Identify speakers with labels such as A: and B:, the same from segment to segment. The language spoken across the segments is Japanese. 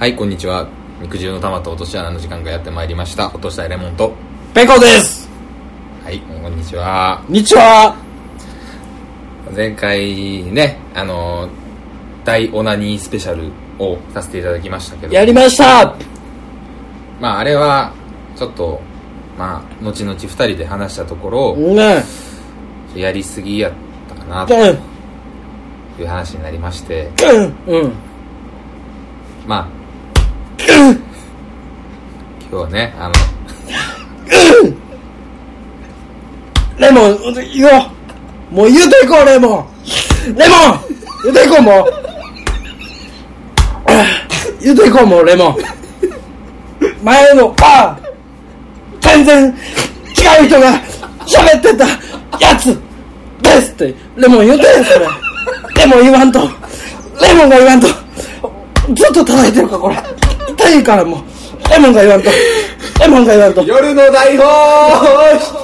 A: はいこんにちは肉汁の玉と落とし穴の時間がやってまいりました落としたいレモンと
B: ペコです
A: はいこんにちは
B: こんにちは
A: 前回ねあの大オナニースペシャルをさせていただきましたけど
B: やりました
A: まああれはちょっとまあ後々2人で話したところ
B: ね
A: やりすぎやったかなと
B: え
A: いう話になりまして
B: うん
A: まあ今日はねあの
B: レモン行こうもう言うていこうレモンレモン言うていこうもう 言うていこうもうレモン前のあ全然違う人が喋ってたやつですってレモン言うてそれレモン言わんとレモンが言わんとずっと叩いてるかこれ痛いからもうレモンが言わんとレモンが言わんと
A: 夜の大放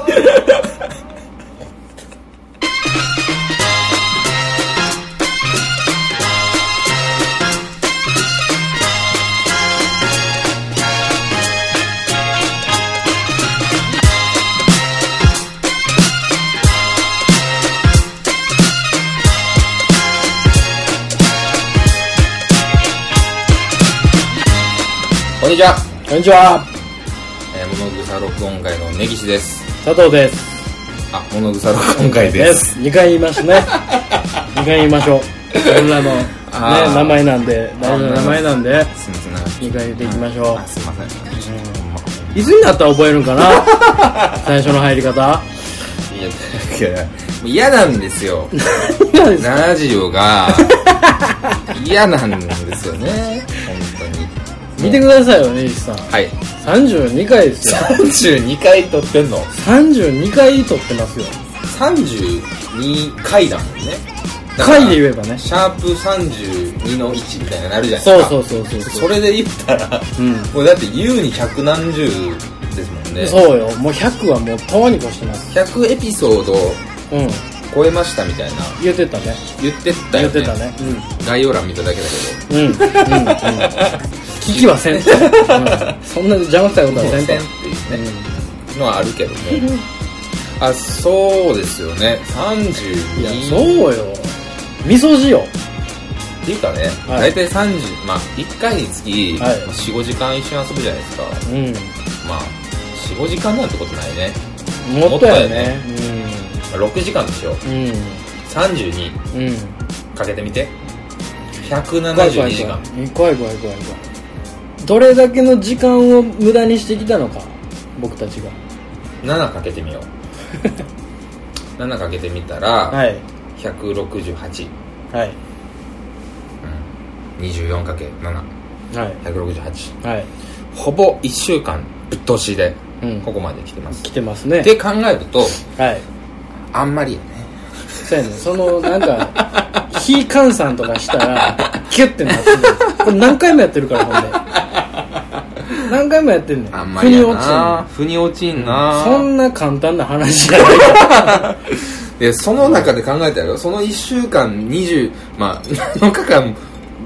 A: こんにちは
B: こんにちは
A: えー、物草録音会の根岸です。
B: 佐藤です
A: あ、物草録音会
B: で
A: です。
B: す2回言いますね2回言いましょう俺らの、ね、
A: あー
B: 名前なんで大事な名前なんです
A: みません、なんか
B: 2回言っていきましょ
A: あ、すみません。いう
B: いつになったら覚えるんかな最初の入り方
A: や、いや、もう嫌なんですよ。
B: 何ですか
A: ラジオが、嫌なんですよね。本当に。
B: 見てくださいよ根岸さん
A: はい。
B: 32回ですよ
A: 32回撮ってんの
B: 32回撮ってますよ
A: ?32 回だもんね。だから
B: 回で言えばね
A: シャープ32の1みたいになるじゃない
B: そう
A: ですか。
B: そうそうそう
A: それで言ったら、
B: うん
A: もうだって優に百何十ですもんね。
B: そうよもう100はもうとうに越してます
A: 100エピソード
B: うん
A: 超えましたみたいな
B: 言ってたね
A: 言ってった
B: 言
A: よ
B: っ
A: ね
B: てたね
A: 概要欄見ただけだ
B: うんうんうんうん 聞きはせん、うん、そんな邪魔したこと
A: け
B: は
A: ど
B: せんと
A: 戦って いうね、のはあるけどねあそうですよね
B: いや、
A: 32
B: そうよ。味噌汁よ。
A: っていうかね、
B: はい
A: 大体30まあ1回につき、
B: はい
A: 45時間一緒に遊ぶじゃないですか
B: うん。
A: まあ45時間なんてことないね
B: もっとやね。
A: まあ6時間でしょ
B: うん。
A: 32
B: うん。うん。
A: かけてみて
B: 怖い
A: 172
B: 怖い
A: 時
B: 怖
A: 間
B: い。怖い怖い怖い怖い。どれだけの時間を無駄にしてきたのか。僕たちが。
A: 7かけてみ よう7かけてみたら、
B: はい。
A: 168
B: はい。
A: 24かけ7
B: はい。
A: 168
B: はい。
A: ほぼ1週間ぶっ通しで
B: うん
A: ここまで来てます、
B: 来てますね。
A: で考えると
B: はい。
A: あんまりやね
B: そうやね。その、なんか、 非換算とかしたら、キュッてなってる。これ何回もやってるから、ほんで。何回もやってんねん。
A: あんまりや
B: 腑に落ちんねん
A: な腑に落ちんな
B: そんな簡単な話じゃないから
A: でその中で考えたらよその1週間20まあ 7日間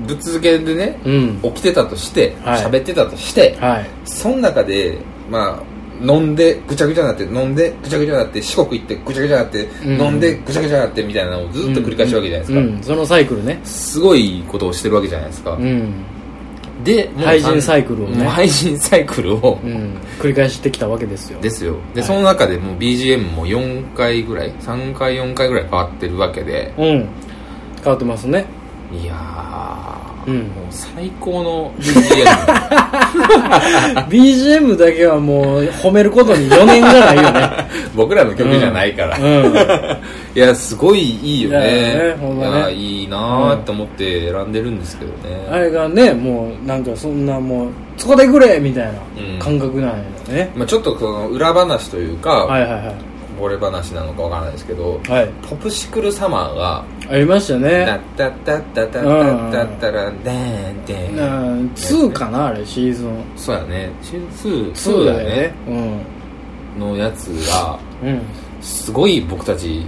A: ぶっ続けでね、
B: うん
A: 起きてたとして
B: はい
A: 喋、ってたとして、
B: はい
A: その中でまあ飲んでぐちゃぐちゃになって飲んでぐちゃぐちゃになって四国行ってぐちゃぐちゃになって、
B: ん
A: 飲んでぐちゃぐちゃになってみたいなのをずっと繰り返してるわけじゃないですか、
B: うん、そのサイクルね
A: すごいことをしてるわけじゃないですか、
B: うん、
A: でもう
B: 廃人サイクルをね
A: もう廃人サイクルを、
B: うん、繰り返してきたわけですよ
A: ですよで、
B: はい
A: その中でもう BGM も4回ぐらい3回4回ぐらい変わってるわけで
B: うん変わってますね
A: いやー、
B: うん
A: もう最高の BGM
B: BGM だけはもう褒めることに4年がないよね
A: 僕らの曲じゃないから、い
B: うん
A: やすごいいいよ
B: いや
A: ね
B: ねほん
A: い
B: まね
A: やいいなーと思って選んでるんですけどね、
B: あれがねもうなんかそんなもうそこでくれみたい
A: うん
B: な感覚なんやね、
A: まあ、ちょっとその裏話というか、
B: はいはいは
A: これ話なのかわからないですけど、
B: いはい
A: ポプシクルサマーが
B: ありました
A: ダッ
B: ね
A: ダッダッダッダッダッダッダランデーンデ
B: うん
A: ーン
B: 2かなあれシーズン
A: そうやねシーズン
B: 2
A: 2だよね
B: うん
A: のやつが
B: うん
A: すごい僕たち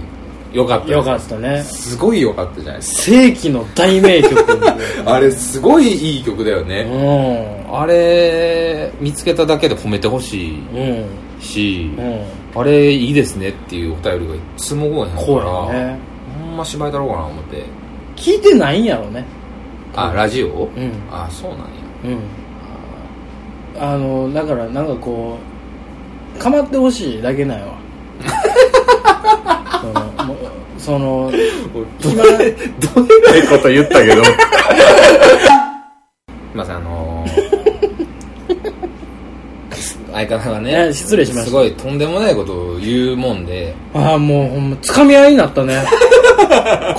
A: よかった
B: よかったね
A: すごいよかったじゃないです
B: 世紀の大名 曲
A: かあれすごいいい曲だよ
B: う
A: ね、
B: ん
A: あれ見つけただけで褒めてほしい
B: うん
A: し、
B: うん
A: あれいいですねっていうお便りがいつも来へんから
B: こうやね
A: ほんま芝居だろうかな思って
B: 聞いてないんやろね
A: あラジオ、
B: うん
A: あそうなんや
B: うんあのだからなんかこう構ってほしいだけなんやわ そのもうその暇
A: どういうこと言った けどすいませんあのー相方が
B: いや
A: ね
B: 失礼しました
A: すごいとんでもないことを言うもんで
B: ああもうほんまつかみ合いになったね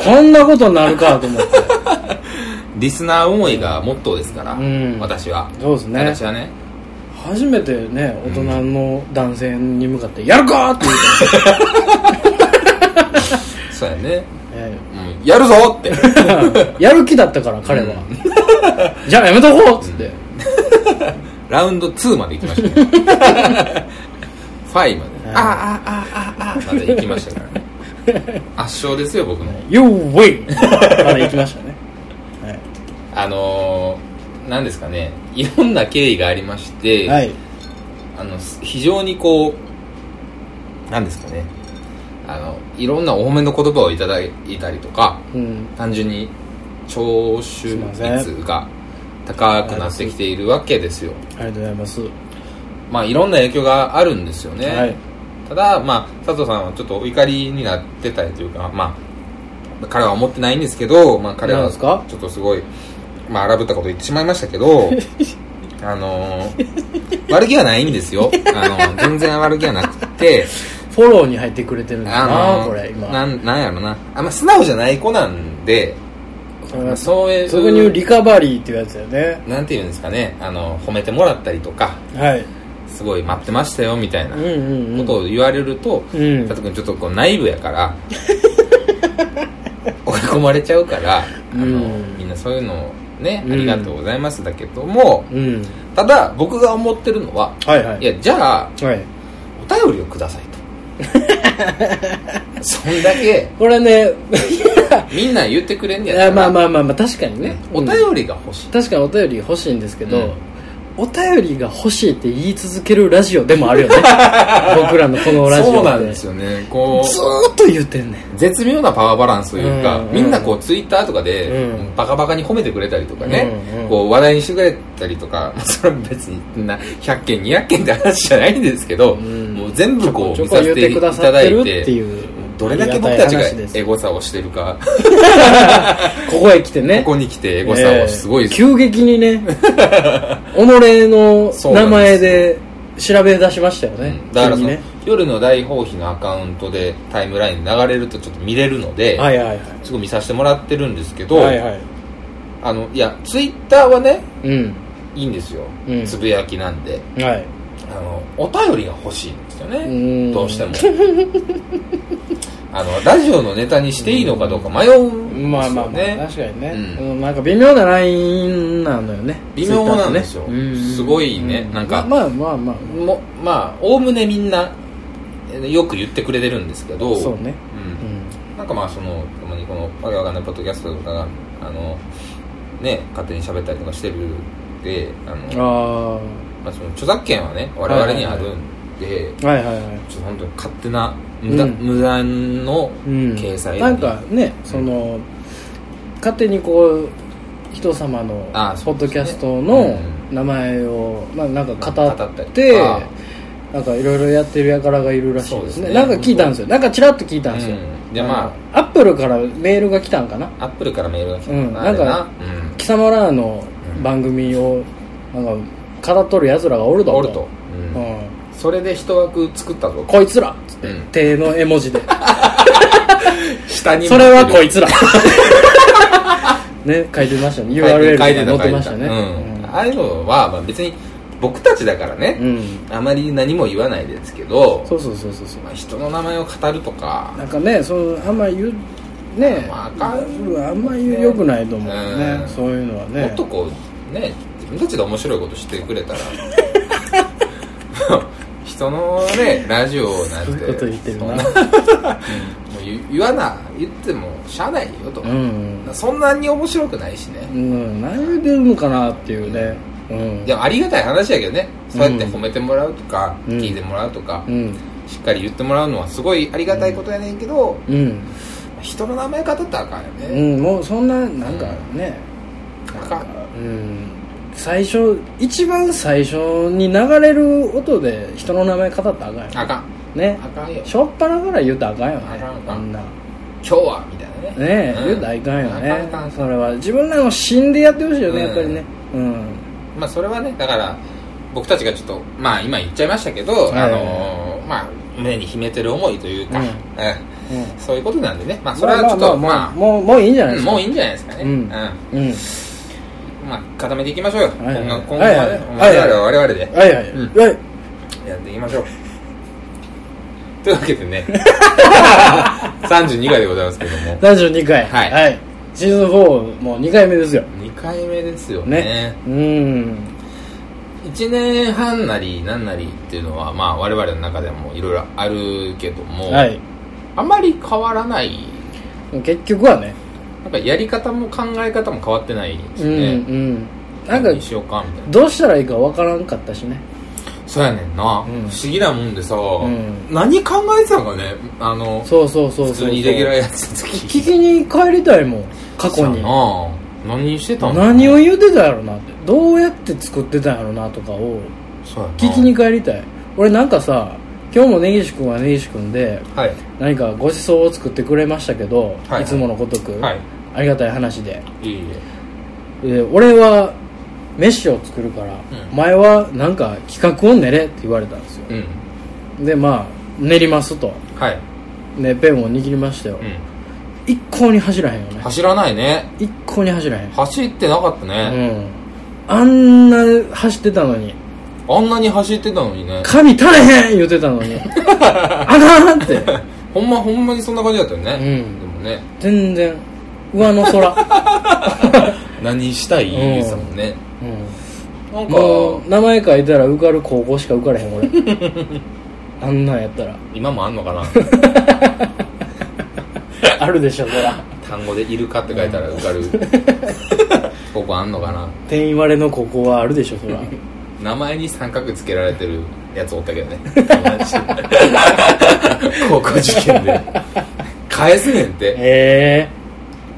B: こんなことになるかと思って
A: リスナー思いがモットーですから、
B: うん
A: 私は
B: そうですね
A: 私はね
B: 初めてね大人の男性に向かって「やるか!」って言う
A: そうやね、
B: たの、
A: うん、やるぞって
B: え えやる気だったから彼は、じゃあやめとこうっつって、
A: ラウンド2まで行きま したね5まで、
B: はい
A: ああああああまで行きましたからね圧勝ですよ僕の
B: 「You win!」まで行きましたね、はい
A: あのー、なんですかねいろんな経緯がありまして、
B: はい。
A: あのす非常にこうなんですかねあのいろんなお褒めの言葉をいただいたりとか
B: うん。
A: 単純に聴取率が高くなってきているわけですよ
B: ありがとうございます。
A: まあいろんな影響があるんですよね、
B: はい。
A: ただまあ佐藤さんはちょっとお怒りになってたりというかまあ彼は思ってないんですけど、まあ、彼
B: なん
A: は
B: です
A: ち
B: か
A: ょっとすごいまあ荒ぶったこと言ってしまいましたけ どあのー悪気はないんですよあの全然悪気はなくて
B: フォローに入ってくれてるんだ
A: あ
B: な、
A: の
B: これ、今。
A: なんなんやろなあんま素直じゃない子なんで、
B: これ
A: ま
B: は
A: あ、
B: そ
A: そういう
B: こにリカバリーっていうやつだよね。
A: なんていうんですかねあの褒めてもらったりとか
B: はい。
A: すごい待ってましたよみたいな
B: うんうんうん。
A: ことを言われると、
B: うん
A: 佐藤君ちょっとこう内部やから 追い込まれちゃうからあの、
B: うん
A: みんなそういうのをね、
B: うん
A: ありがとうございますだけども
B: うん。
A: ただ僕が思ってるのは
B: はいはい
A: い。やじゃあ
B: はい。
A: お便りをください とそんだけ
B: これね、
A: みんな言ってくれん
B: い
A: ねや
B: や
A: った
B: まあ
A: ら
B: まあまあまあ、確かにね
A: ね。お
B: うん
A: 便りが欲しい、
B: 確かにお便り欲しいんですけ
A: う
B: ど
A: ん、
B: お便りが欲しいって言い続けるラジオでもあ るよね。僕らのこのラジオ
A: そうなんですよねこ
B: ず
A: う
B: ーっと言ってんねん。
A: 絶妙なパワーバランスというか、
B: うんうん
A: みんなこうツイッターとかで、
B: うん
A: バカバカに褒めてくれたりとかね、
B: うんうん
A: こう話題にしてくれたりとか、 まあそれは別にな100件200件って話じゃないんですけど、
B: ん
A: もう全部こう
B: ちょ
A: 見
B: こ
A: さ
B: ち
A: せ
B: ょこ言ってて
A: い
B: くださ
A: た
B: っ
A: だ
B: て
A: い
B: るってていう。
A: どれだけ僕たち
B: ありが
A: が
B: い話です
A: エゴサをしてるか、
B: ここへ来てね。
A: ここに来てエゴサをすごい、
B: えー急激 にね己の名前で調べ出しましたよね、
A: うんだからそ
B: 急に
A: の、
B: ね
A: 夜の大放棄のアカウントでタイムラインに流れるとちょっと見れるので、
B: はいはいはい
A: すごい見させてもらってるんですけど、
B: はいはい
A: あのいやツイッターはね
B: うん
A: いいんですよ、
B: うん
A: つぶやきなんで
B: はい
A: あのお便りが欲しいんですよ
B: う
A: ね
B: ーん
A: どうしてもあのラジオのネタにしていいのかどうか迷うんですよね、
B: まあまあまあ、確かにね、
A: う
B: うんなんか微妙なラインなのよね
A: 微妙なんですよ
B: Twitter ってね
A: すごいね
B: う
A: なんか
B: まあまあまあま
A: もまあおおむねみんなえよく言ってくれてるんですけど
B: あそうねう
A: うんん、なんかまあそのたまにこのわけわかんないポッドキャストとかがあのね勝手に喋ったりとかしてるんであの
B: あ
A: まあ、その著作権はね我々にあるんで、
B: あはいはいはい
A: ちょっと本当に勝手な無駄,、
B: うん
A: 無駄の
B: うん
A: 掲載
B: な
A: なんり
B: かねその、勝手にこう人様の
A: あそ
B: ポ
A: う
B: ッ
A: で
B: ド
A: す
B: キ
A: ね
B: ャスト
A: うん
B: の名前を、まあ、なんか語
A: 語
B: っ
A: ったり
B: て
A: とか
B: なんかいろいろやってる輩がいるらし
A: そう
B: いですね
A: ですね
B: なんか聞いたんですよなんかちらっと聞いたんですよ、
A: うんでま
B: あのアップルからメールが来たんかな
A: アップルからメールが来た
B: うん
A: あれ
B: なんか
A: うん
B: 貴様らの番組をなんか語っとる奴らがおるだ
A: おると、
B: う
A: うん
B: ん、
A: それで一枠作ったぞ
B: こいつらっつって、
A: うん
B: 手の絵文字で
A: 下に
B: それはこい
A: つ
B: つらね書いてましたね
A: 書い
B: URL
A: て
B: が
A: 書いて
B: 載って
A: 書い
B: ま
A: て
B: したたね
A: うんああいうのは、まあ、別に僕たちだから
B: うん、
A: ね、
B: うん
A: あまり何も言わないですけど、
B: そうそうそうそうそ
A: まあ、人の名前を語るとか
B: うなんかねそのあんまり言うね
A: まああかん
B: あんまり言うよくないと思うね、
A: うん
B: そういうのはね
A: もっとこうね自分たちで面白いことしてくれ たら人のねラジオなん
B: そういうこと言っててる
A: そん
B: な
A: なもう言言わな言ってもしゃあないよと、
B: うん
A: そんなに面白くないしね、
B: うん何言うてるのかなっていうねうん
A: でもありがたい話やけどねそうやって褒めてもらうとか、
B: うん
A: 聞いてもらうとか、
B: うん
A: しっかり言ってもらうのはすごいありがたいことやねんけど、
B: うん、
A: 人の名前語ったらあかんよ
B: う
A: ね、
B: ん、もうそんななんかね、
A: あかん
B: うん、最初一番最初に流れる音で人の名前語ったらあかんよ
A: あかん
B: ね
A: あかんよ
B: しょっぱなから言うたらあかんよ
A: あ
B: ね
A: かんあかん
B: あんな
A: 今日はみたいなね
B: ねえ、
A: うん
B: 言うたらいかんよね
A: あかんあか
B: そ
A: ん
B: れは自分らの芯でやってほしいよね、
A: うん
B: やっぱりねうん
A: まあそれはねだから僕たちがちょっとまあ今言っちゃいましたけど、
B: い
A: あのーまあ胸に秘めてる思いというか、
B: うん
A: うん
B: うん
A: そういうことなんでねまあそれはちょっとまあ
B: まあまあもうもういいんじゃない
A: うん
B: ですか
A: もういいんじゃないですかね、
B: うんうん
A: まあ固めていきましょうよ、
B: はいはい
A: 今後今後
B: はい
A: は
B: は
A: ね
B: い、
A: 我々は
B: は
A: 我々で
B: はいはい
A: うん
B: はい
A: やっていきましょう、というわけで ね32回でございますけども
B: 72回
A: はい
B: はいシーズン4もう2回目ですよ
A: 2回目ですよ
B: ね
A: ね
B: うん
A: 1年半なり何なりっていうのはまあ我々の中でもいろいろあるけども、
B: はい
A: あまり変わらない
B: 結局はね
A: なんかやり方も考え方も変わってないです
B: うん
A: ね、
B: うんなんか
A: 何にしようかみたいな
B: どうしたらいいかわからんかったしね
A: そうやねんな、
B: うん
A: 不思議なもんでさ、
B: ん
A: 何考えてたんかねあの
B: そうそうそうそう
A: 普通にレギュラーやってた時
B: 聞きに帰りたいもん過去に
A: さあな何してたの
B: 何を言うてたやろなってどうやって作ってたんやろなとかを
A: そうやな
B: 聞きに帰りたい俺なんかさ今日も根岸君は根岸君で
A: はい
B: 何かご馳走を作ってくれましたけど、
A: いはい
B: いつものごとく、
A: はい
B: ありがたい話で
A: いいえ
B: で俺は飯を作るから、
A: うん
B: お前はなんか企画を練れって言われたんですよ
A: うん
B: でまあ練りますと
A: はい、
B: ねペンを握りましたよ、
A: うん、
B: 一向に走らへんよね
A: 走らないね
B: 一向に走らへん
A: 走ってなかったね、
B: うんあんな走ってたのに
A: あんなに走ってたのにね
B: 髪垂れへん言ってた のにあかんって
A: ほんまほんまにそんな感じだったよね、
B: うん
A: でもね
B: 全然上の空、
A: 何したい言うてたもんね
B: う
A: なん
B: ん、
A: か
B: もう名前書いたら受かる高校しか受からへん俺 あんなんやったら
A: 今もあんのか な
B: あるでしょそら
A: 単語で「イルカ」って書いたら受 かるここあんのかな
B: 定員割れの高校はあるでしょそ ら
A: 名前に三角つけられてるやつおったけ どね高校受験で返すねんって
B: へえ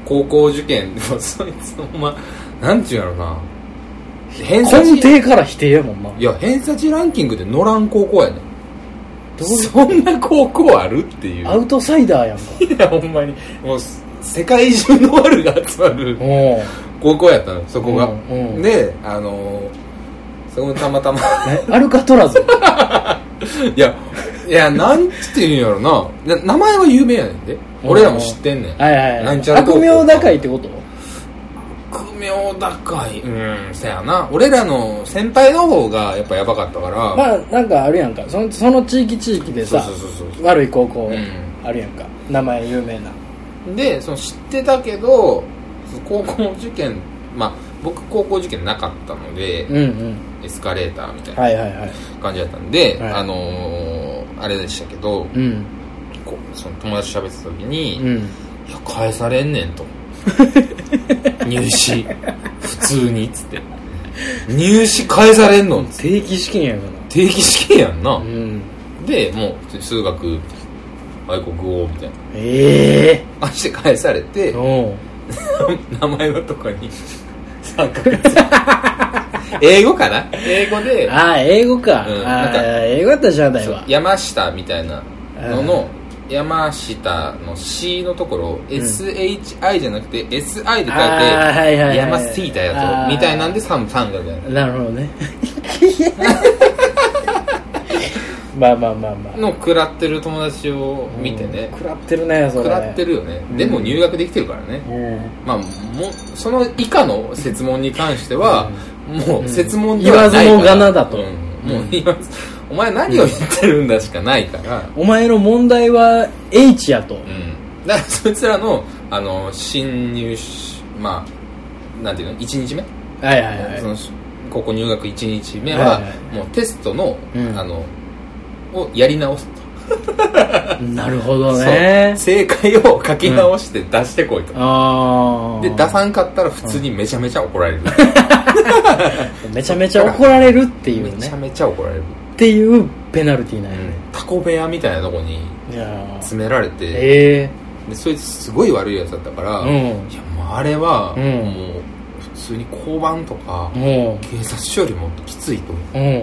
A: 高校受験でもそいつほんまなんちゅうんやろな偏差
B: 根
A: 値
B: 底から否定やもんない
A: や偏差値ランキングで乗らん高校やねん
B: どう
A: そんな高校あるっていう
B: アウトサイダーやんか
A: いやほんまにもう世界中の悪が集まる
B: おう
A: 高校やったのそこが、
B: うんうん
A: であのーそこたまたま
B: ねアルカトラズ
A: いや いやなんていうんやろなな名前は有名やねんで
B: うん
A: 俺らも知ってんねん
B: はいはい、は
A: なん
B: い、
A: ちゃら高
B: 悪
A: 校
B: 名高いってこと
A: 悪名高いうんせやな俺らの先輩の方がやっぱやばかったから、
B: まあなんかあるやんかそのその地域地域で
A: そう
B: さ
A: そうそうそう
B: 悪い高校
A: うん
B: あるやんか、名前有名な
A: でその知ってたけど高校受験まあ僕高校受験なかったので、
B: うんうん
A: エスカレーターみたいな
B: はいはいはい
A: 感じだったんで、
B: はい
A: あのーあれでしたけど、
B: うん
A: こうその友達と喋ってた時に、
B: う
A: い
B: ん
A: や返されんねん と入試普通にっつって入試返されんのっつって
B: 定期試験やか
A: 定期試験やんな、
B: らうん
A: でもう普通に数学外国語みたいな
B: ええ
A: あして返されて
B: おう
A: 名前のとこに三角つけて英語かな英語 で
B: ああ英語か、
A: うん
B: あ
A: なんか
B: あ英語やったらしゃあないわ
A: 山下みたいなのの山下の C のところを SHI じゃなくて SI で書いて
B: あーはいはいはい
A: 山下や
B: あー
A: とみたいなんで三三角やね
B: なるほどね まあまあまあまあ
A: の食らってる友達を見てね
B: うん食らってるねそれ
A: 食らってるよねでも入学できてるからね
B: うん
A: まあもその以下の設問に関してはもう設問で
B: 言
A: は
B: わず
A: ないから
B: もがなだと
A: うんもう言わずお前何を言ってるんだしかないから
B: お前の問題は H やと、
A: うん、だからそいつらのあの新入しまあなんていうの1日目、
B: はいはいはい
A: その高校入学1日目は、
B: はいはい
A: もうテストの,、
B: うん
A: あのをやり直すと
B: なるほど
A: そう
B: ね
A: 正解を書き直して出してこいと、
B: ああ
A: で出さんかったら普通にめちゃめちゃ怒られる、
B: めちゃめちゃ怒られるっていう
A: めち
B: ね
A: ゃめちゃ怒られる、
B: っていうペナルティーなんやね、
A: タコ部屋みたいなとこに
B: いやー
A: 詰められて、
B: え
A: でそいつすごい悪いやつだったから、
B: え
A: いやもうあれは、
B: うん
A: もう普通に交番とか、
B: うんも
A: 警察署よりもきついと思う
B: ううん
A: もう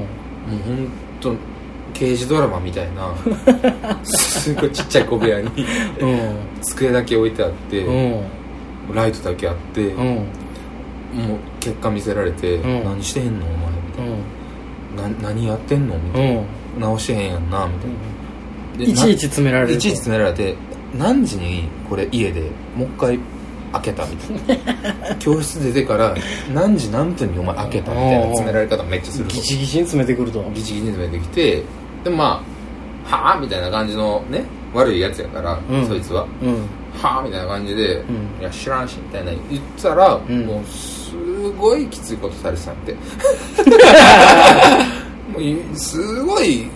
A: 本当刑事ドラマみたい なすごいちっちゃい小部屋に
B: うん
A: 机だけ置いてあって、
B: うん
A: ライトだけあって、
B: う
A: も
B: ん
A: う結果見せられて「
B: うん
A: 何してへんのお前」みたい
B: うん
A: な「な何やってんの?」みた
B: う
A: い
B: ん
A: な「直してへんやんな」みたいなで
B: いちいち詰めら
A: な
B: れる
A: いちいち詰められて何時にこれ家でもう一回開けたみたい な教室出てから何時何分にお前開けたみたいな詰められ方めっちゃすると
B: ギチギチに詰めてくると
A: ギチギチに詰めてきてでまあはあみたいな感じのね悪いやつやから、
B: うん
A: そいつは
B: うん
A: はあみたいな感じで、
B: ん
A: いや知らんしみたいな言ってたら、
B: ん
A: もうすごいきついことされてた んでもういすごい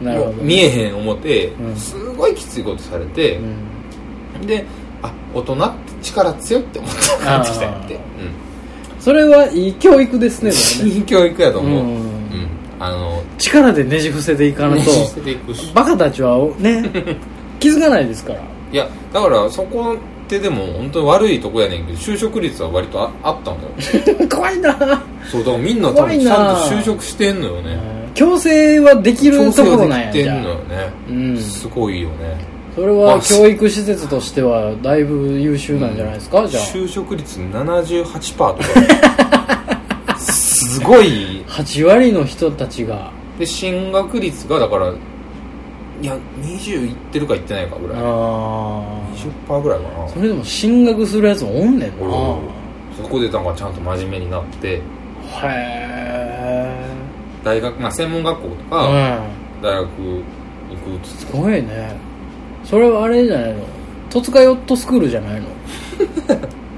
B: なるほ
A: も
B: ど
A: う見えへん思って、
B: うん
A: すごいきついことされて
B: う、ん
A: であ大人って力強いって思った感じきたんやって
B: あ、それはいい教育です
A: うん、
B: ねでもね
A: 新教育やと思う、
B: う
A: うんんあの
B: 力でねじ伏せていかなと
A: 練習していくし
B: バカたちはね 気づかないですから
A: いやだからそこってでも本当に悪いとこやねんけど就職率は割とああったんだよ
B: 怖いな
A: そうだからみんな多
B: 怖い
A: 分ち
B: な
A: ゃんと就職してんのよね
B: 強制はできるところなんや
A: 調整でき
B: じ
A: て
B: ゃ
A: んのよ
B: あ
A: ね、
B: うん
A: すごいよね
B: それは教育施設としてはだいぶ優秀なんじゃないですかじゃあ
A: 就職率78%とかすごい
B: 8割の人たちが
A: で進学率がだからいや20いってるかいってないかぐらい
B: あ
A: 20%ぐらいかな
B: あそれでも進学するやつもおんねんな
A: おるそこでなんかちゃんと真面目になって
B: へ
A: 大学まあ専門学校と
B: え
A: か
B: う
A: 大学行くつ
B: んすごいねそれはあれじゃないの戸塚ヨットスクールじゃない の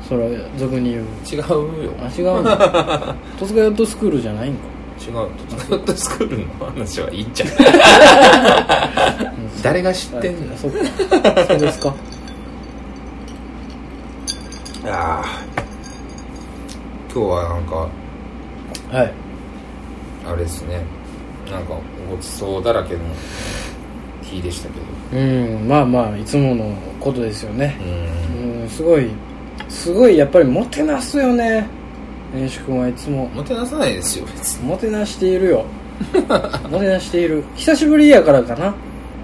B: それ俗に言う
A: 違うよ
B: あ違 うの戸塚ヨットスクールじゃないのか
A: 違うトヨットスクールの話はいいんじゃん 誰が知ってんの
B: あそっかそうですか
A: ああ今日はなんか
B: はい
A: あれですねなんかごちそうだらけの日でしたけど
B: うんまあまあいつものことですよね
A: う
B: うんんすごいすごいやっぱりもてなすよね遠く君はいつも
A: もてなさないですよ別に
B: もてなしている よもてなしている久しぶりやからかな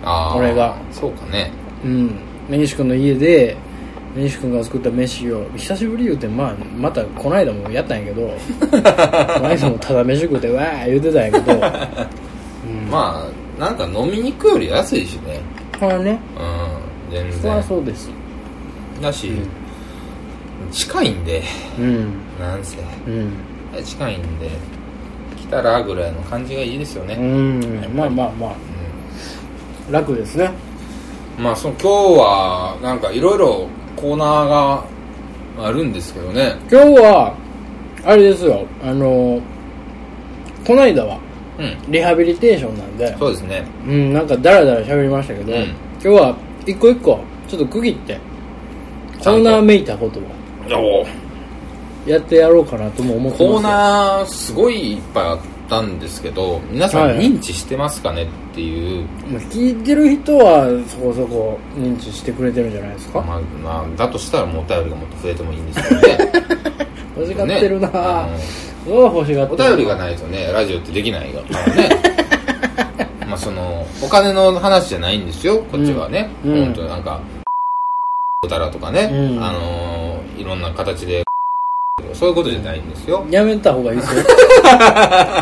A: あー
B: 俺が
A: そうかね
B: うん根岸君の家で根岸君が作った飯を久しぶり言うて、まあ、またこの間もやったんや けどこの間もただ飯食うてわー言うてたんやけ ど、うん、ま
A: まあなんか飲みに行くより安いしね
B: あこれはね
A: うん全
B: それは
A: 然
B: そうです
A: だし、近いんで
B: うん
A: なんせ
B: うん
A: 近いんで来たらぐらいの感じがいいですよね、
B: うんまあまあまあ楽ですね
A: まあその今日はなんかいろいろコーナーがあるんですけどね
B: 今日はあれですよあのこの間は
A: うん
B: リハビリテーションなんで
A: そうですね
B: うんなんかダラダラ喋りましたけど、
A: うん
B: 今日は一個一個ちょっと区切ってコーナーめいたことを
A: お
B: やってやろうかなとも思ってます
A: コーナーすごいいっぱいあったんですけど皆さ
B: は
A: ん
B: い
A: 認知してますかねっていう、
B: ー聞いてる人はそこそこ認知してくれてるんじゃないですか
A: まあまあ、だとしたらもうお便りがもっと増えてもいいんですけどね
B: 欲しがってるなぁ、
A: ね
B: すごい欲しがっ
A: あのお
B: てる
A: 便りがないとねラジオってできないから ねまあそのお金の話じゃないんですよこっちはね、
B: うんうん
A: 本当になんかおたらとかね、
B: うん
A: あのーいろんな形でそういうことじゃないんですよ
B: やめた方がいいですよ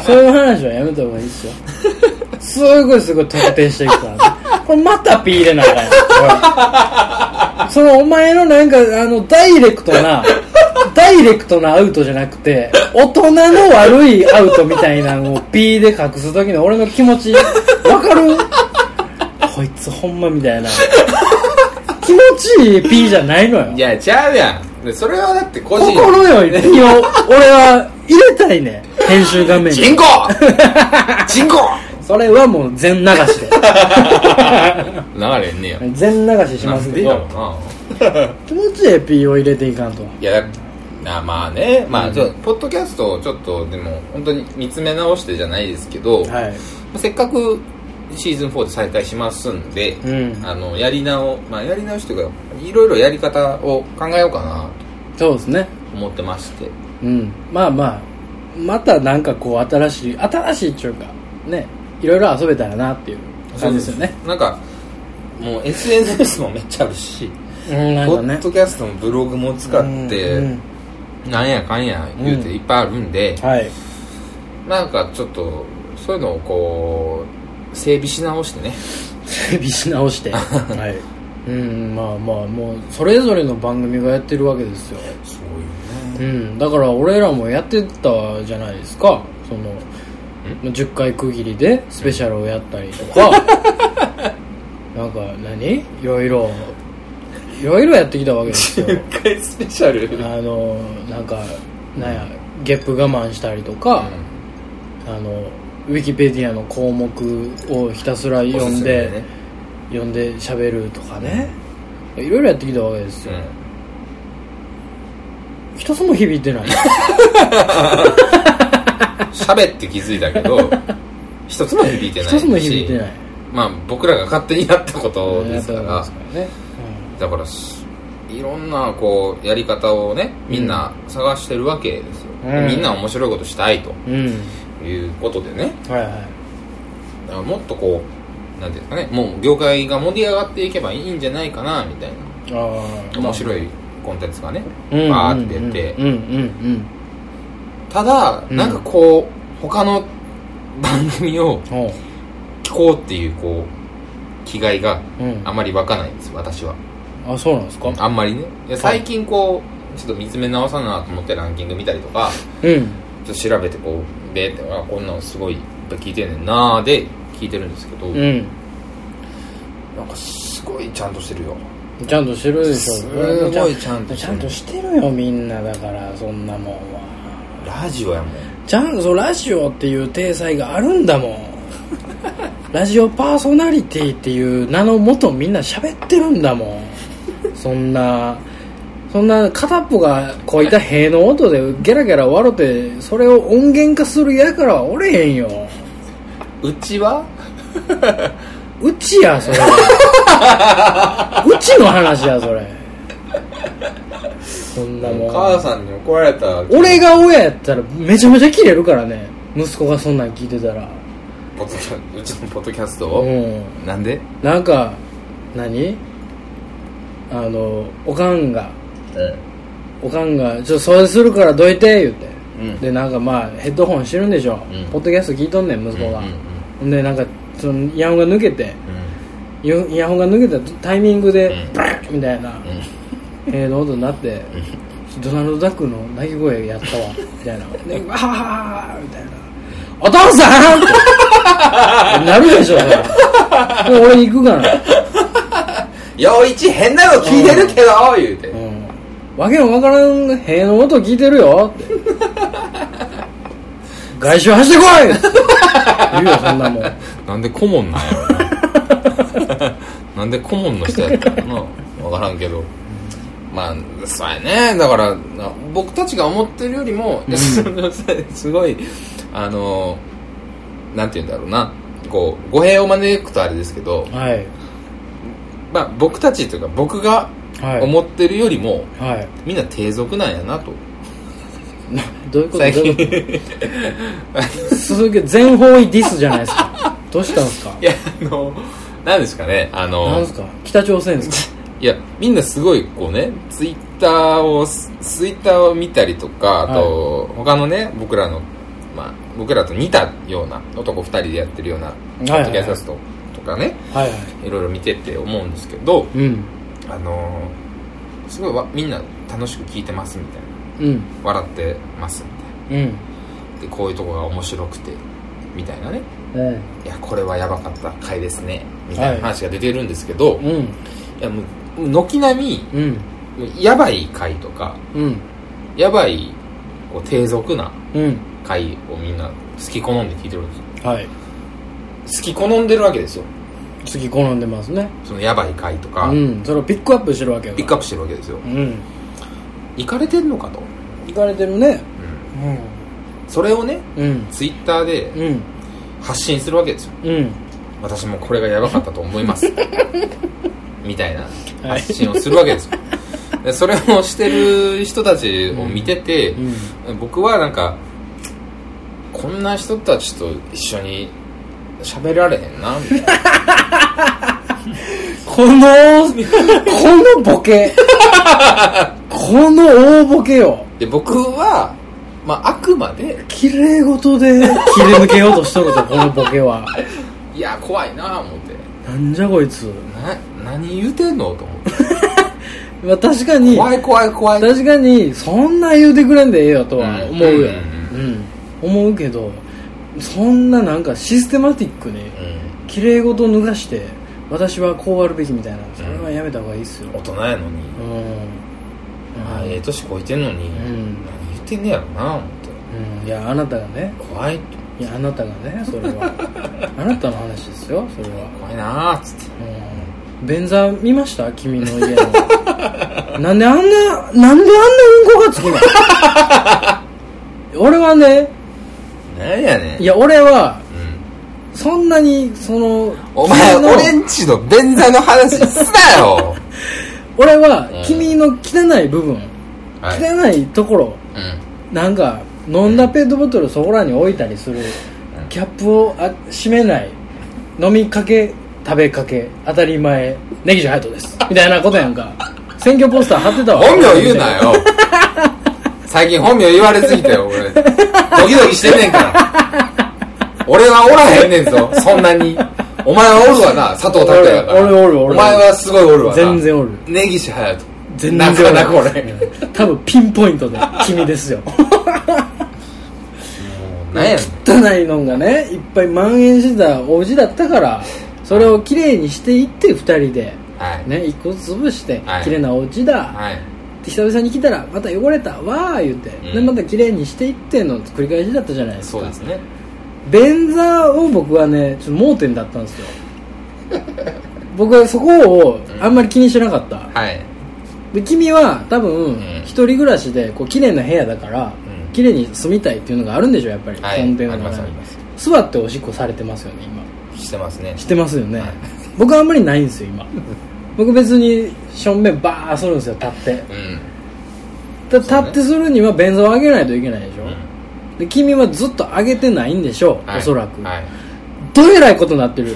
B: そういう話はやめた方がいいですよすごいすごい特定していくから、ね、これまたピー入れなあかんよそのお前のなんかあのダイレクトなダイレクトなアウトじゃなくて大人の悪いアウトみたいなのをピーで隠す時の俺の気持ちわかるこいつほんまみたいな気持ちいいピーじゃないのよ
A: いやちゃうやんでそれはだって個人
B: 心よりピー を俺は入れたいねん編集画面に
A: 人口人口
B: それはもう全流し で
A: 流れんねや
B: 全流しします
A: な
B: け
A: んでやろ
B: ど
A: うな
B: 気持ちええ P を入れていかんと
A: いやあまあねまあちょ、ポッドキャストをちょっとでも本当に見つめ直してじゃないですけど、
B: はい
A: せっかくシーズン4で再開しますんで、
B: うん
A: あのやり直まあやり直しというかいろいろやり方を考えようかな
B: そうですね
A: と思ってまして
B: うんまあまあまたなんかこう新しい新しいっていうかねいろいろ遊べたらなっていう感じですよね
A: なんかもう SNS もめっちゃあるし、
B: うんな
A: ポッ
B: んか
A: ド
B: ね
A: キャストもブログも使って、
B: うんうん
A: なんやかんや言うていっぱいあるんで、
B: はい
A: なんかちょっとそういうのをこう整備し直してね
B: 整備し直してはいうんまあまあもうそれぞれの番組がやってるわけですよ
A: そういう
B: うんだから俺らもやってたじゃないですかその10回区切りでスペシャルをやったりとか なんか何いろいろいろいろやってきたわ けですよ
A: 10回スペシャル
B: あのなんかなんやゲップ我慢したりとか、あのウィキペディアの項目をひたすら読
A: おす
B: ん
A: すめ
B: で、
A: ね
B: 読んで喋るとかねいろいろやってきたわけですよ、一つも響いてない
A: うん喋って気づいたけ ど一つも響いてないし
B: 一つも響いてない
A: まあ僕らが勝手にやったことですか
B: や
A: ら
B: ったわけですからね、
A: だからすいろんなこうやり方をねみんな探してるわけですよ、
B: うん
A: みんな面白いことしたいと
B: うん、うん
A: いうことでね
B: はいはい
A: だからもっとこうなんていうんですかねもう業界が盛り上がっていけばいいんじゃないかなみたいな
B: ああ
A: 面
B: い
A: 白いコンテンツがねバーって出て、
B: うんうんうん
A: ただ
B: うん
A: なんかこう他の番組を
B: うんお
A: 聞こうっていうこう気概が
B: う、うん、
A: あまり湧かないんです私は
B: あそうなんですか
A: あんまりねいや最近こうちょっと見つめ直さなと思ってランキング見たりとか
B: うん
A: ちょっと調べてこうべーってあこんなのすごいいっぱい聞いてんねんなーで聞いてるんですけど、
B: うん
A: なんかすごいちゃんとしてるよ
B: ちゃんとしてるでしょ
A: すごいちゃんとしてる
B: ちゃんとしてるよみんなだからそんなもんは
A: ラジオやもん
B: ちゃんとそうラジオっていう体裁があるんだもん ラジオパーソナリティっていう名のもとみんな喋ってるんだもんそんなそんな片っぽがこいた塀の音でゲラゲラ笑ってそれを音源化するやからはおれへんよ
A: うちは
B: うちやそれうちの話やそれそんなもん
A: お母さんに怒られた
B: 俺が親やったらめちゃめちゃキレるからね息子がそんなん聞いてたら
A: ポッドキャうちのポッドキャスト
B: う
A: を、
B: ん
A: なんで
B: なんか何あのおかんが
A: う
B: おかんが「ちょっと掃除するからどいて」言うて、
A: うん
B: でなんかまあヘッドホンしてるんでしょ、
A: うん
B: ポッドキャスト聞いとんねん息
A: ん
B: 子
A: う
B: が、
A: ん
B: ほんでなんかそのイヤホンが抜けてイヤイヤホンが抜けたタイミングで
A: うん
B: ブランみたいな
A: うんうん
B: ええの音になってドナルド・ダックの鳴き声やったわ みたいな「でわはははみたいな「お父さん!」 ってなるでしょそれで俺に行くから
A: 陽一変なの聞いてるけど言うて、
B: うんわけのわからん塀の音聞いてるよって外周走ってこいって言うよそんなもん
A: なんで顧問なんやろな なんで顧問の人やったのな分からんけどまあそうやねだからな僕たちが思ってるよりも、 そのすごいあのなんて言うんだろうなこう語弊を招くとあれですけど、
B: はい
A: まあ、僕たちというか僕が
B: はい
A: 思ってるよりも、
B: はい
A: みんな低俗なんやなと
B: などういうこと
A: 最
B: どう
A: 近
B: いうこと鈴木全方位ディスじゃないですかどうしたんですか
A: いやあのなんですかねあの
B: なんですか北朝鮮ですか
A: いやみんなすごいこうねツイッターをスツイッターを見たりとかあと、他のね僕らの、まあ、僕らと似たような男2人でやってるようなポ
B: いはい
A: ッドキャストとかね
B: はいはい
A: ろいろ見てって思うんですけど
B: いうん
A: あのーすごいわみんな楽しく聞いてますみたいな
B: うん
A: 笑ってますみた
B: うん
A: いなでこういうとこが面白くてみたいなね
B: うん
A: いやこれはやばかった回ですねみたいな話が出てるんですけど、い、
B: うん
A: やもう軒並み
B: うん
A: もうやばい回とか
B: うん
A: やばいこう低俗な
B: うん
A: 回をみんな好き好んで聞いてるんですよ
B: はい
A: 好き好んでるわけですよ
B: 好き好んでますね
A: そのやばい回とか、
B: うんそれをピックアップしてるわけよ
A: ピックアップしてるわけですよ
B: うん
A: 行かれてんのかと、
B: 行かれてるね
A: うん
B: う
A: それをね
B: んうん
A: ツイッターで
B: うん
A: 発信するわけですよ
B: うん
A: 私もこれがやばかったと思います みたいな
B: はい
A: 発信をするわけですよ、でそれをしてる人たちを見てて、
B: うん
A: 僕はなんかこんな人たちと一緒に喋られへんなみたいな
B: このこのボ ケこの大ボケよ
A: で僕は、まあ、あくまで
B: 綺麗事で切り抜けようとしとるとこのボケはい
A: や怖いな思って
B: なんじゃこいつ、
A: な何言うてんのと思って
B: まあ、確か に
A: 怖い怖い怖い
B: 確かにそんな言うてくれんでええよとは思うよ
A: う
B: うん思うけどそんななんかシステマティックに
A: うん
B: 綺麗事脱がして私はこうあるべきみたいなそれはやめた方がいいっすよ
A: 大人やのに、
B: うん
A: あええ年こいてんのに、
B: ん
A: 何言ってんねやろな思って
B: うんいやあなたがね
A: 怖いと
B: いやあなたがねそれは あなたの話ですよそれは
A: 怖いなーっつって
B: うん便座見ました君 の家のなんであんななんであんなうんこがつくの俺はね
A: 何やねん
B: いや俺は
A: うん
B: そんなにその
A: お前
B: 君の
A: 俺んちの便座の話すな よ
B: 俺は
A: うん
B: 君の汚い部分、
A: はい
B: 汚いところ
A: う
B: なんか飲んだペットボトルそこらに置いたりする
A: うん
B: キャップをあ閉めない飲みかけ食べかけ当たり前ネギジハ人ですみたいなことやん か選挙ポスター貼ってた
A: ん
B: わ
A: 本名言うなよ最近本名言われすぎたよ俺ドキドキしてんねんから俺はおらへんねんぞそんなにお前はおるわな佐藤拓也やから
B: 俺俺おる俺おる
A: お前はすごいおるわな
B: 全然おる
A: 根岸隼人
B: 全
A: な
B: 然
A: かなか
B: 俺
A: 俺
B: うん多分ピンポイントで 君ですよ
A: 何やねん
B: 汚いのがねいっぱい蔓延してたお家だったからそれをきれいにしていって二人で
A: はい、
B: ね一個ずつ潰して
A: はい
B: 綺麗なお家だ
A: はい
B: って久々に来たらまた汚れたわー言って
A: うん
B: でまた綺麗にしていってんの繰り返しだったじゃないです
A: そう
B: か
A: ですね
B: 便座を僕はねちょっと盲点だったんですよ 僕はそこをあんまり気にしてなかった
A: はい
B: で君は多分
A: ん
B: 一人暮らしでこう綺麗な部屋だから
A: うん
B: 綺麗に住みたいっていうのがあるんでしょやっぱり、
A: はい
B: 根底の
A: あります
B: 中
A: あ
B: に
A: ります
B: 座っておしっこされてますよね今
A: してますね
B: してますよね、
A: はい
B: 僕はあんまりないんですよ今僕別に正面バーするんですよ立って
A: うん
B: だ立ってするには便座を上げないといけないでしょ、
A: う
B: で君はずっと上げてないんでしょう、
A: んはい
B: おそらく、
A: はい
B: どえらいことになってるよ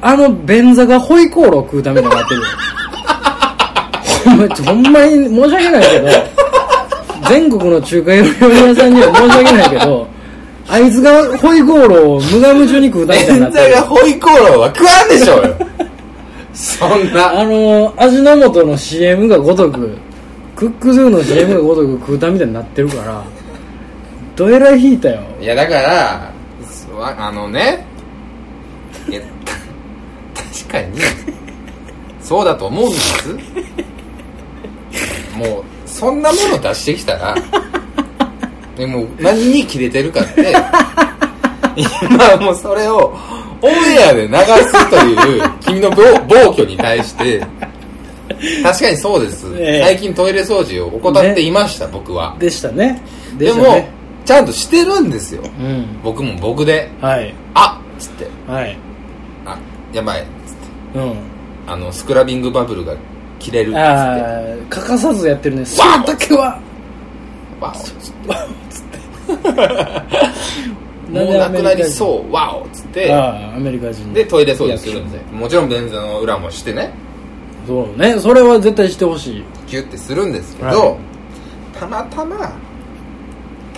B: あの便座がホイコーロー食うためになってるよ ほんまちょほんまに申し訳ないけど全国の中華料理屋さんには申し訳ないけどあいつがホイコーローを無我夢中に食うたみたいに
A: 便
B: なって
A: 座
B: る
A: がホイコーローは食わんでしょうよそんな
B: あの味の素の CM がごとくクックドゥの CM がごとく食うたみたいになってるからどえらい引いたよ
A: いやだからそわあのねいやた確かにそうだと思うんですもうそんなもの出してきたらでも何にキレてるかって今もうそれをオンエアで流すという君の暴暴挙に対して確かにそうです、
B: ええ
A: 最近トイレ掃除を怠っていました、僕は
B: でしたねで
A: で
B: した
A: も
B: ね
A: ちゃんとしてるんですよ
B: うん
A: 僕も僕で
B: はい
A: 「あっ!」つって
B: はい
A: 「あやばい」つって
B: うん
A: あのスクラビングバブルが切れるっつって「
B: ああ欠かさずやってるねその時は
A: わお」つって「
B: な
A: も
B: ん
A: う
B: で
A: な
B: アメ
A: く
B: リ
A: な
B: カ人
A: りそうわお」つって
B: ああアメリカ人
A: でトイレ掃除するんですよもちろん便座の裏もしてね
B: そうねそれは絶対してほしい
A: キュッてするんですけど、
B: はい
A: たまたま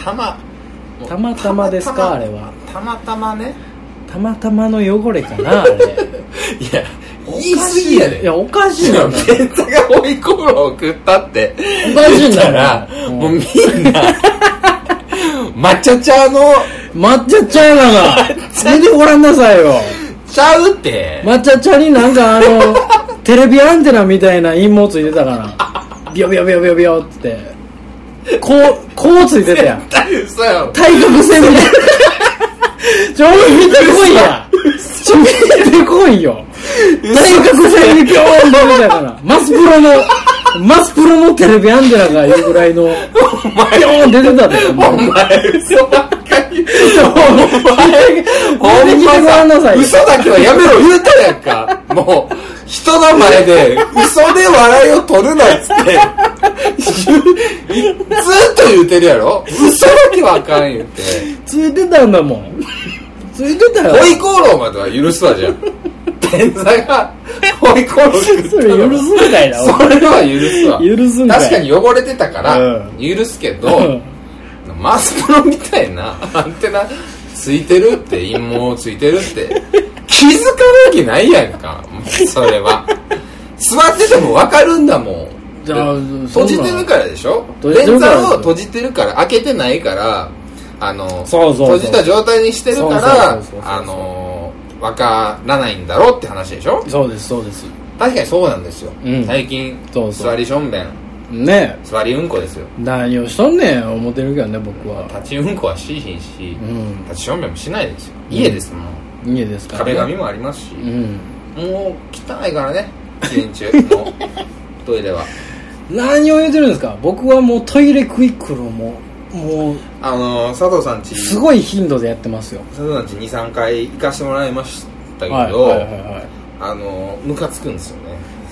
A: たまもう
B: たまたまですかあれは
A: たまたまね
B: たまたまの汚れかなあれ
A: いや 言い過ぎやで
B: いやおかしい
A: いや
B: よ
A: 便座がホイコーローを食ったって
B: おかし
A: 言
B: いん
A: っ
B: だ
A: た
B: よ
A: ら、
B: うん
A: もうみん な抹茶茶の
B: 抹茶茶や がな見てごらんなさいよ
A: ちゃうって、
B: 抹茶茶になんか あのテレビアンテナみたいな陰謀ついてたからビヨビヨビヨビヨビヨってこうこうついてたやん
A: 絶対嘘やろ
B: 対角線みたいなちちょ見てこいやちょ見てこいよ対角線にピョーンってみたいからマスプロのマスプロのテレビアンテナがいうぐらいの
A: お
B: ピョーンって出てたでお
A: 前お前嘘ばっかり
B: 前見てきてごらんなさいよ
A: 嘘だけはやめろ言うたやんかもう人の前で嘘で笑いを取るなっつって言うずっと言うてるやろ嘘だけはあかん言うて
B: ついてたんだ もんついてたよ
A: ホイコーローまでは許すわじゃん天才がホイコーロー食った
B: それ許すみたいな
A: それは許すわ
B: 許すんかい
A: 確かに汚れてたから
B: う
A: 許すけど、
B: うん
A: マスプロみたいなアンテナついてるって陰謀ついてるって気づかなわけないやんかそれは座ってても分かるんだもん
B: じゃあ
A: 閉じてるからでしょ
B: 閉じ
A: レ
B: て
A: ン
B: るから
A: ザを閉じてるから開けてないからあの
B: そうそうそう
A: 閉じた状態にしてるか
B: そうそうそうそう
A: らあの分からないんだろうって話でしょ
B: そうですそうです
A: 確かにそうなんですよ、
B: うん
A: 最近
B: そうそう
A: 座りしょんべん
B: ねえ
A: 座りうんこですよ
B: 何をしとんねん思ってるけどね僕は
A: 立ちうんこはしいひんし、
B: うん
A: 立ちしょんべんもしないですよ家ですもん、
B: 家ですから、
A: 壁紙もありますし、
B: うん
A: もう汚いからね 一日中もうトイレは
B: 何を言うてるんですか僕はもうトイレクイックルをもうもう
A: あのー佐藤さんち
B: すごい頻度でやってますよ
A: 佐藤さんち23回行かしてもらいましたけど、
B: はいはいはいはい
A: あのームカつくんですよね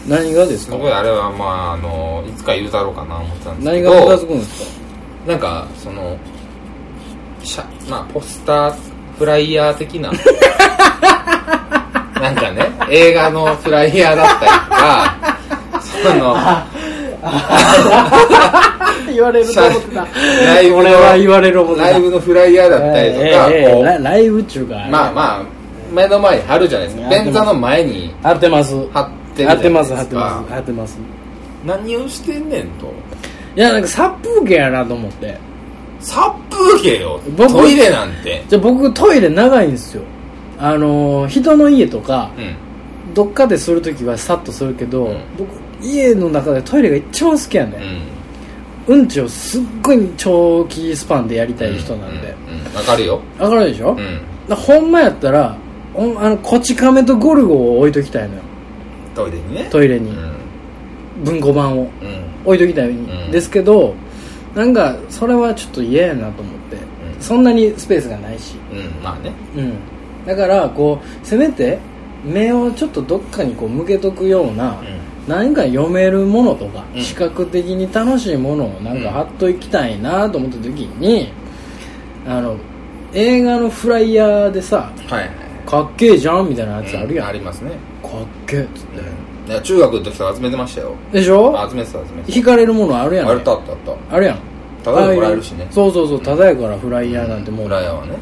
B: 何がです
A: す
B: か
A: ごいあれはまああのーいつか言うだろうかな思ってたんです
B: 何
A: け
B: がムカつ
A: ど
B: くんですか
A: なんかそのしゃまあポスターフライヤー的 ななんかね映画のフライヤーだったりとかそ の
B: 言われ
A: ると思ったライブの
B: 俺は言われる思ってた
A: ライブのフライヤーだったりとか、
B: ええええ
A: こう
B: ラライブ中が
A: まあまあ目の前に貼るじゃないですか
B: やってます
A: 便座の前に
B: 貼ってます
A: 貼
B: 貼
A: ってるじゃな
B: っ
A: い
B: てます
A: で
B: 貼
A: す
B: ってま
A: か
B: す貼ってます
A: 何をしてんねんと
B: いやなんか殺風景やなと思って
A: 殺風景よ
B: 僕
A: トイレなんて
B: じゃあ僕トイレ長いんですよあのー人の家とか
A: うん
B: どっかでするときはさっとするけど、
A: うん
B: 僕家の中でトイレが一番好きやね、
A: うんん
B: うんちをすっごい長期スパンでやりたい人なんで、
A: うんうんわかるよ
B: わかるでしょ、
A: うん
B: だほんまやったらほんあのこち亀とゴルゴを置いときたいのよ
A: トイレにね
B: トイレに
A: う、ん
B: 文庫版を
A: うんうん
B: 置いときたい
A: ん
B: んですけど、なんかそれはちょっと嫌やなと思って、
A: ん
B: そんなにスペースがないし、
A: うんまあね
B: うん、だからこうせめて目をちょっとどっかにこう向けとくような、
A: う
B: 何か読めるものとか、
A: うん
B: 視覚的に楽しいものをなんか貼っといきたいなと思った時に、あの映画のフライヤーでさ
A: んはいはい
B: かっけえじゃんみたいなやつあるやん、
A: ありますね
B: かっけえっつっ
A: う
B: て、
A: んいや中学の時とか集めてましたよ
B: でしょ
A: 集めてた集めて
B: 引かれるものあるやん、
A: たあれとあったあった
B: あるやん
A: ただでもらえるしね
B: ああいうそうそうそうただやからフライヤーなんてもう、
A: フライヤーはね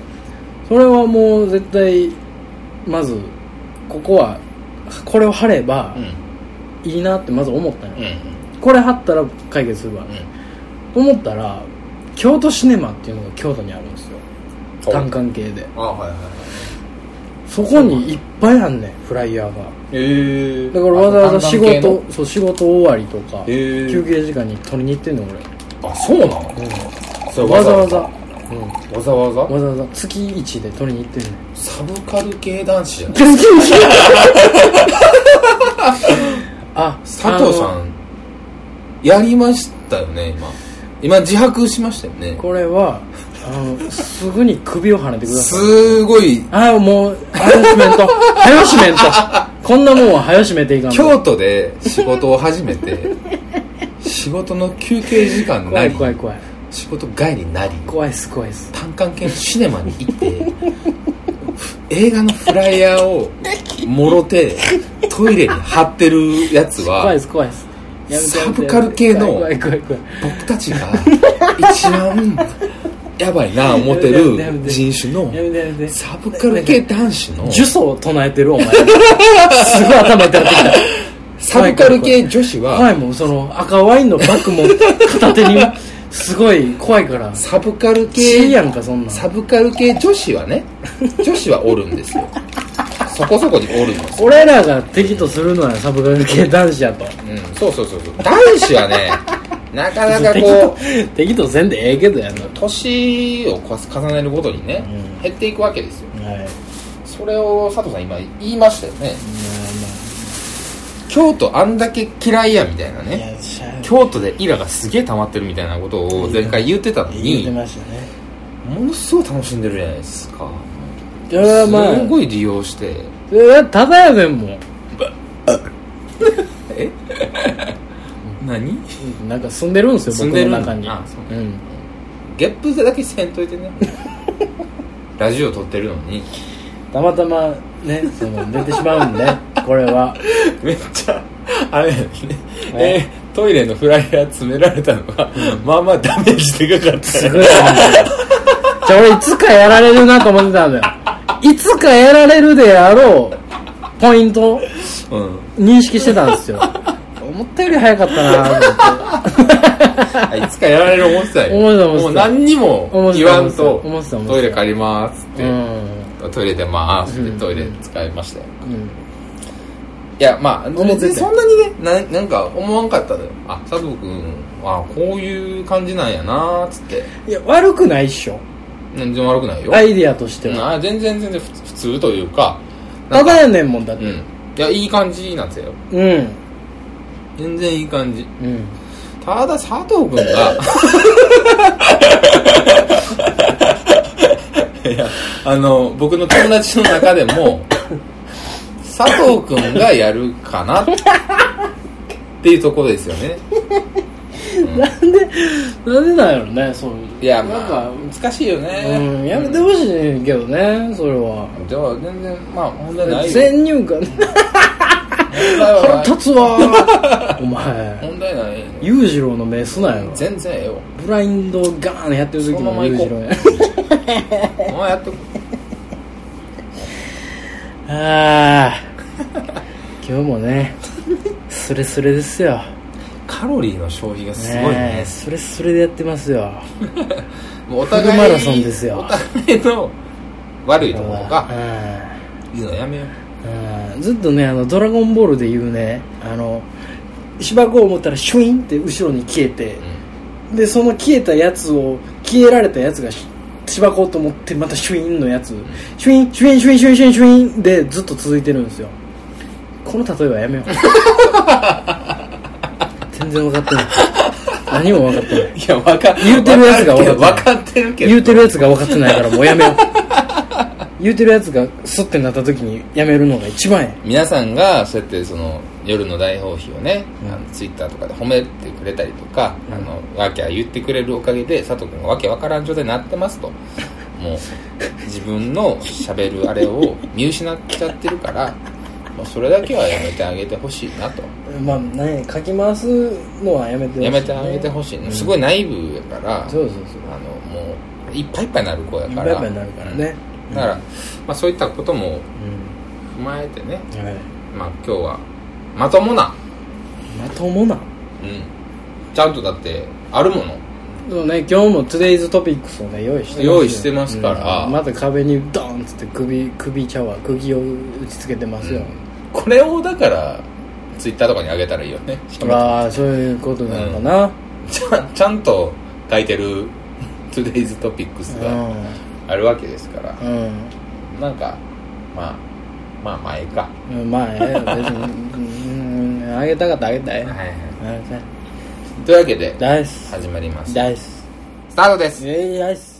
B: それはもう絶対まずここはこれを貼れば
A: うん
B: いいなってまず思ったんよ、
A: うん
B: これ貼ったら解決するわ、
A: う
B: と思ったら京都シネマっていうのが京都にあるんですよ
A: ん
B: 単館系で
A: あはいはいはい
B: そこにいっぱいあんねんフライヤーが
A: へえ
B: だからわざわざ仕
A: あの
B: 事そう仕事終わりとか
A: へー
B: 休憩時間に取りに行ってんの
A: あそうなの、それ
B: 俺わざわざ
A: わ
B: うん
A: ざわざ
B: わざわざ月1で取りに行ってんねん
A: サブカル系男子じゃない佐藤
B: ああ
A: さ
B: の
A: んやりましたよね今今自白しましたよね
B: これはあのすぐに首をはねてください
A: すごい
B: ああもう早しめんと早しめんとこんなもんは早しめていかんと
A: 京都で仕事を始めて仕事の休憩時間に
B: 怖
A: ないり
B: 怖い怖い
A: 仕事外になり
B: 怖いっす怖いっす
A: 単館系のシネマに行って映画のフライヤーをもろてトイレに貼ってるやつは
B: 怖いっす怖いっすやめてやめて
A: サブカル系の
B: 怖い怖い怖い
A: 僕たちが一番やばいな思ってる人種の
B: やめてやめて
A: サブカル系男子の
B: 呪詛を唱えてるお前すごい 頭痛くなってき
A: サブカル系女子
B: た怖
A: はい
B: もんその赤ワインのバッグも片手にすごい怖いから
A: サブカル
B: いいや
A: 系
B: んかそんなん
A: サブカル系女子はね女子はおるんですよそこそこにおるんですよ、
B: 俺らが敵とするのはサブカル系男子やと
A: うん、そうそうそうそう男子はねなか なかこう
B: う敵とせんでええけどやな
A: 年を重ねるごとにね減っていくわけですよ
B: うんはいまあ
A: それを佐藤さん今言いましたよね京都あんだけ嫌いやみたいな
B: まあい
A: ね
B: やしゃ
A: 京都でイラがすげえ溜まってるみたいなことを前回言ってたの
B: 言って
A: に
B: ましたね
A: ものすごい楽しんでるじゃないですか
B: それはまあ
A: すごい利用して
B: それはただやねんもん
A: 何
B: なんか住んでるんですよ
A: 住ん
B: 僕
A: で
B: の
A: る
B: 中に
A: あそう
B: うん
A: ゲップだけせんとい てねラジオ撮ってるのに
B: たまたま ねその出てしまうんでこれは
A: めっちゃあれやね
B: え
A: えートイレのフライヤー詰められたのが、まあまあダメージでかかっ
B: す
A: た
B: ごいじゃあ俺いつかやられるなと思ってたんだよいつかやられるであろうポイントを
A: うん
B: 認識してたん ですよ思ったより早かったなと思って
A: あいつかやられる思ってたよ
B: 思ってた思ってた
A: もう何にも言わんと
B: 思ってた思ってた思ってた
A: トイレ借りますって、
B: うん
A: トイレ出まーすって
B: うん
A: トイレ使いましたよ、
B: うん
A: いやまあ
B: 思ってた
A: 別にそんなにねななんか思わんかったのよあ佐藤君はこういう感じなんやなーっつって
B: いや悪くないっしょ
A: 全然悪くないよ、
B: アイディアとして
A: うん
B: は
A: あ全然全然普普通というかな
B: た
A: んか
B: だやねんもんだっ
A: う
B: て
A: んいやいい感じなんですよ
B: うん
A: 全然いい感じ
B: うん
A: ただ佐藤君が いやあの僕の友達の中でも佐藤君がやるかなっていうところですよね
B: なんでなんでなんやろねそういう
A: いや
B: なん
A: まあ
B: か
A: 難しいよね
B: うんやめてほしいけどねそれは
A: じゃあ全然まあ問題ないよ
B: 先入 観
A: 問題は
B: 腹
A: ない
B: 立 つわお前
A: 問題ない
B: 裕次郎の目すなよ
A: 全然ええよ
B: ブラインドガーンやってる時
A: そのま
B: の
A: ま
B: 裕
A: 行こ
B: 次
A: う
B: 郎や
A: お前やってこ
B: ああ今日もねスレスレですよ
A: カロリーの消費がすごいね
B: えスレスレでやってますよ
A: もうお互い
B: フルマラソンですよ
A: お互いの悪いところ
B: う
A: が
B: ん
A: 言うのやめよう
B: うんずっとねあの「ドラゴンボール」で言うねあの芝子を思ったらシュインって後ろに消えてでその消えたやつを消えられたやつがし芝子と思ってまたシュインのやつシュインシュインシュインシュインシュインシュインでずっと続いてるんですよこの例えは やめよう全然分かってない何も分かってない
A: いや、わか
B: 言うてるやつが分か
A: わかってるけど。
B: 言うて
A: る。
B: るやつが分かってないからもうやめよう言うてるやつがスッてなった時にやめるのが一番や
A: 皆さんが、そうやって、その、夜の大放棄をね、
B: うん
A: あのツイッターとかで褒めてくれたりとか、
B: うん
A: あの、わけは言ってくれるおかげで、佐藤君がわけわからん状態になってますと。もう、自分の喋るあれを見失っちゃってる から、もうそれだけはやめてあげてほしいなと。
B: まあね書き回すのはやめてほしいね
A: やめてあげてほしい、すごい内部やから、
B: そうそうそう
A: あの、もう、いっぱいいっぱいになる子やから。
B: いっぱいいっぱいになるからね
A: うん。だから、まあそういったことも
B: う
A: 踏まえてね、
B: んはい
A: まあ今日はまともな、
B: まともな
A: うん、ちゃんとだってあるもの
B: そうね今日も Today's Topics をね用意してますよ
A: 用意してますから
B: うんまた壁にドーンっつって首首ちゃうわ釘を打ちつけてますよ、
A: これをだからツイッターとかにあげたらいいよねひとまと
B: ああそういうことなのかな、うん
A: めちゃんちゃんと書いてる Today's Topics があるわけですから、
B: う
A: なんかまあまあ前か、
B: ん、まあええ別にうんあげたかったあげたい
A: はいはい、
B: あげたい
A: というわけで
B: ダイス
A: 始まります
B: ダイス
A: スタートです
B: えいダイス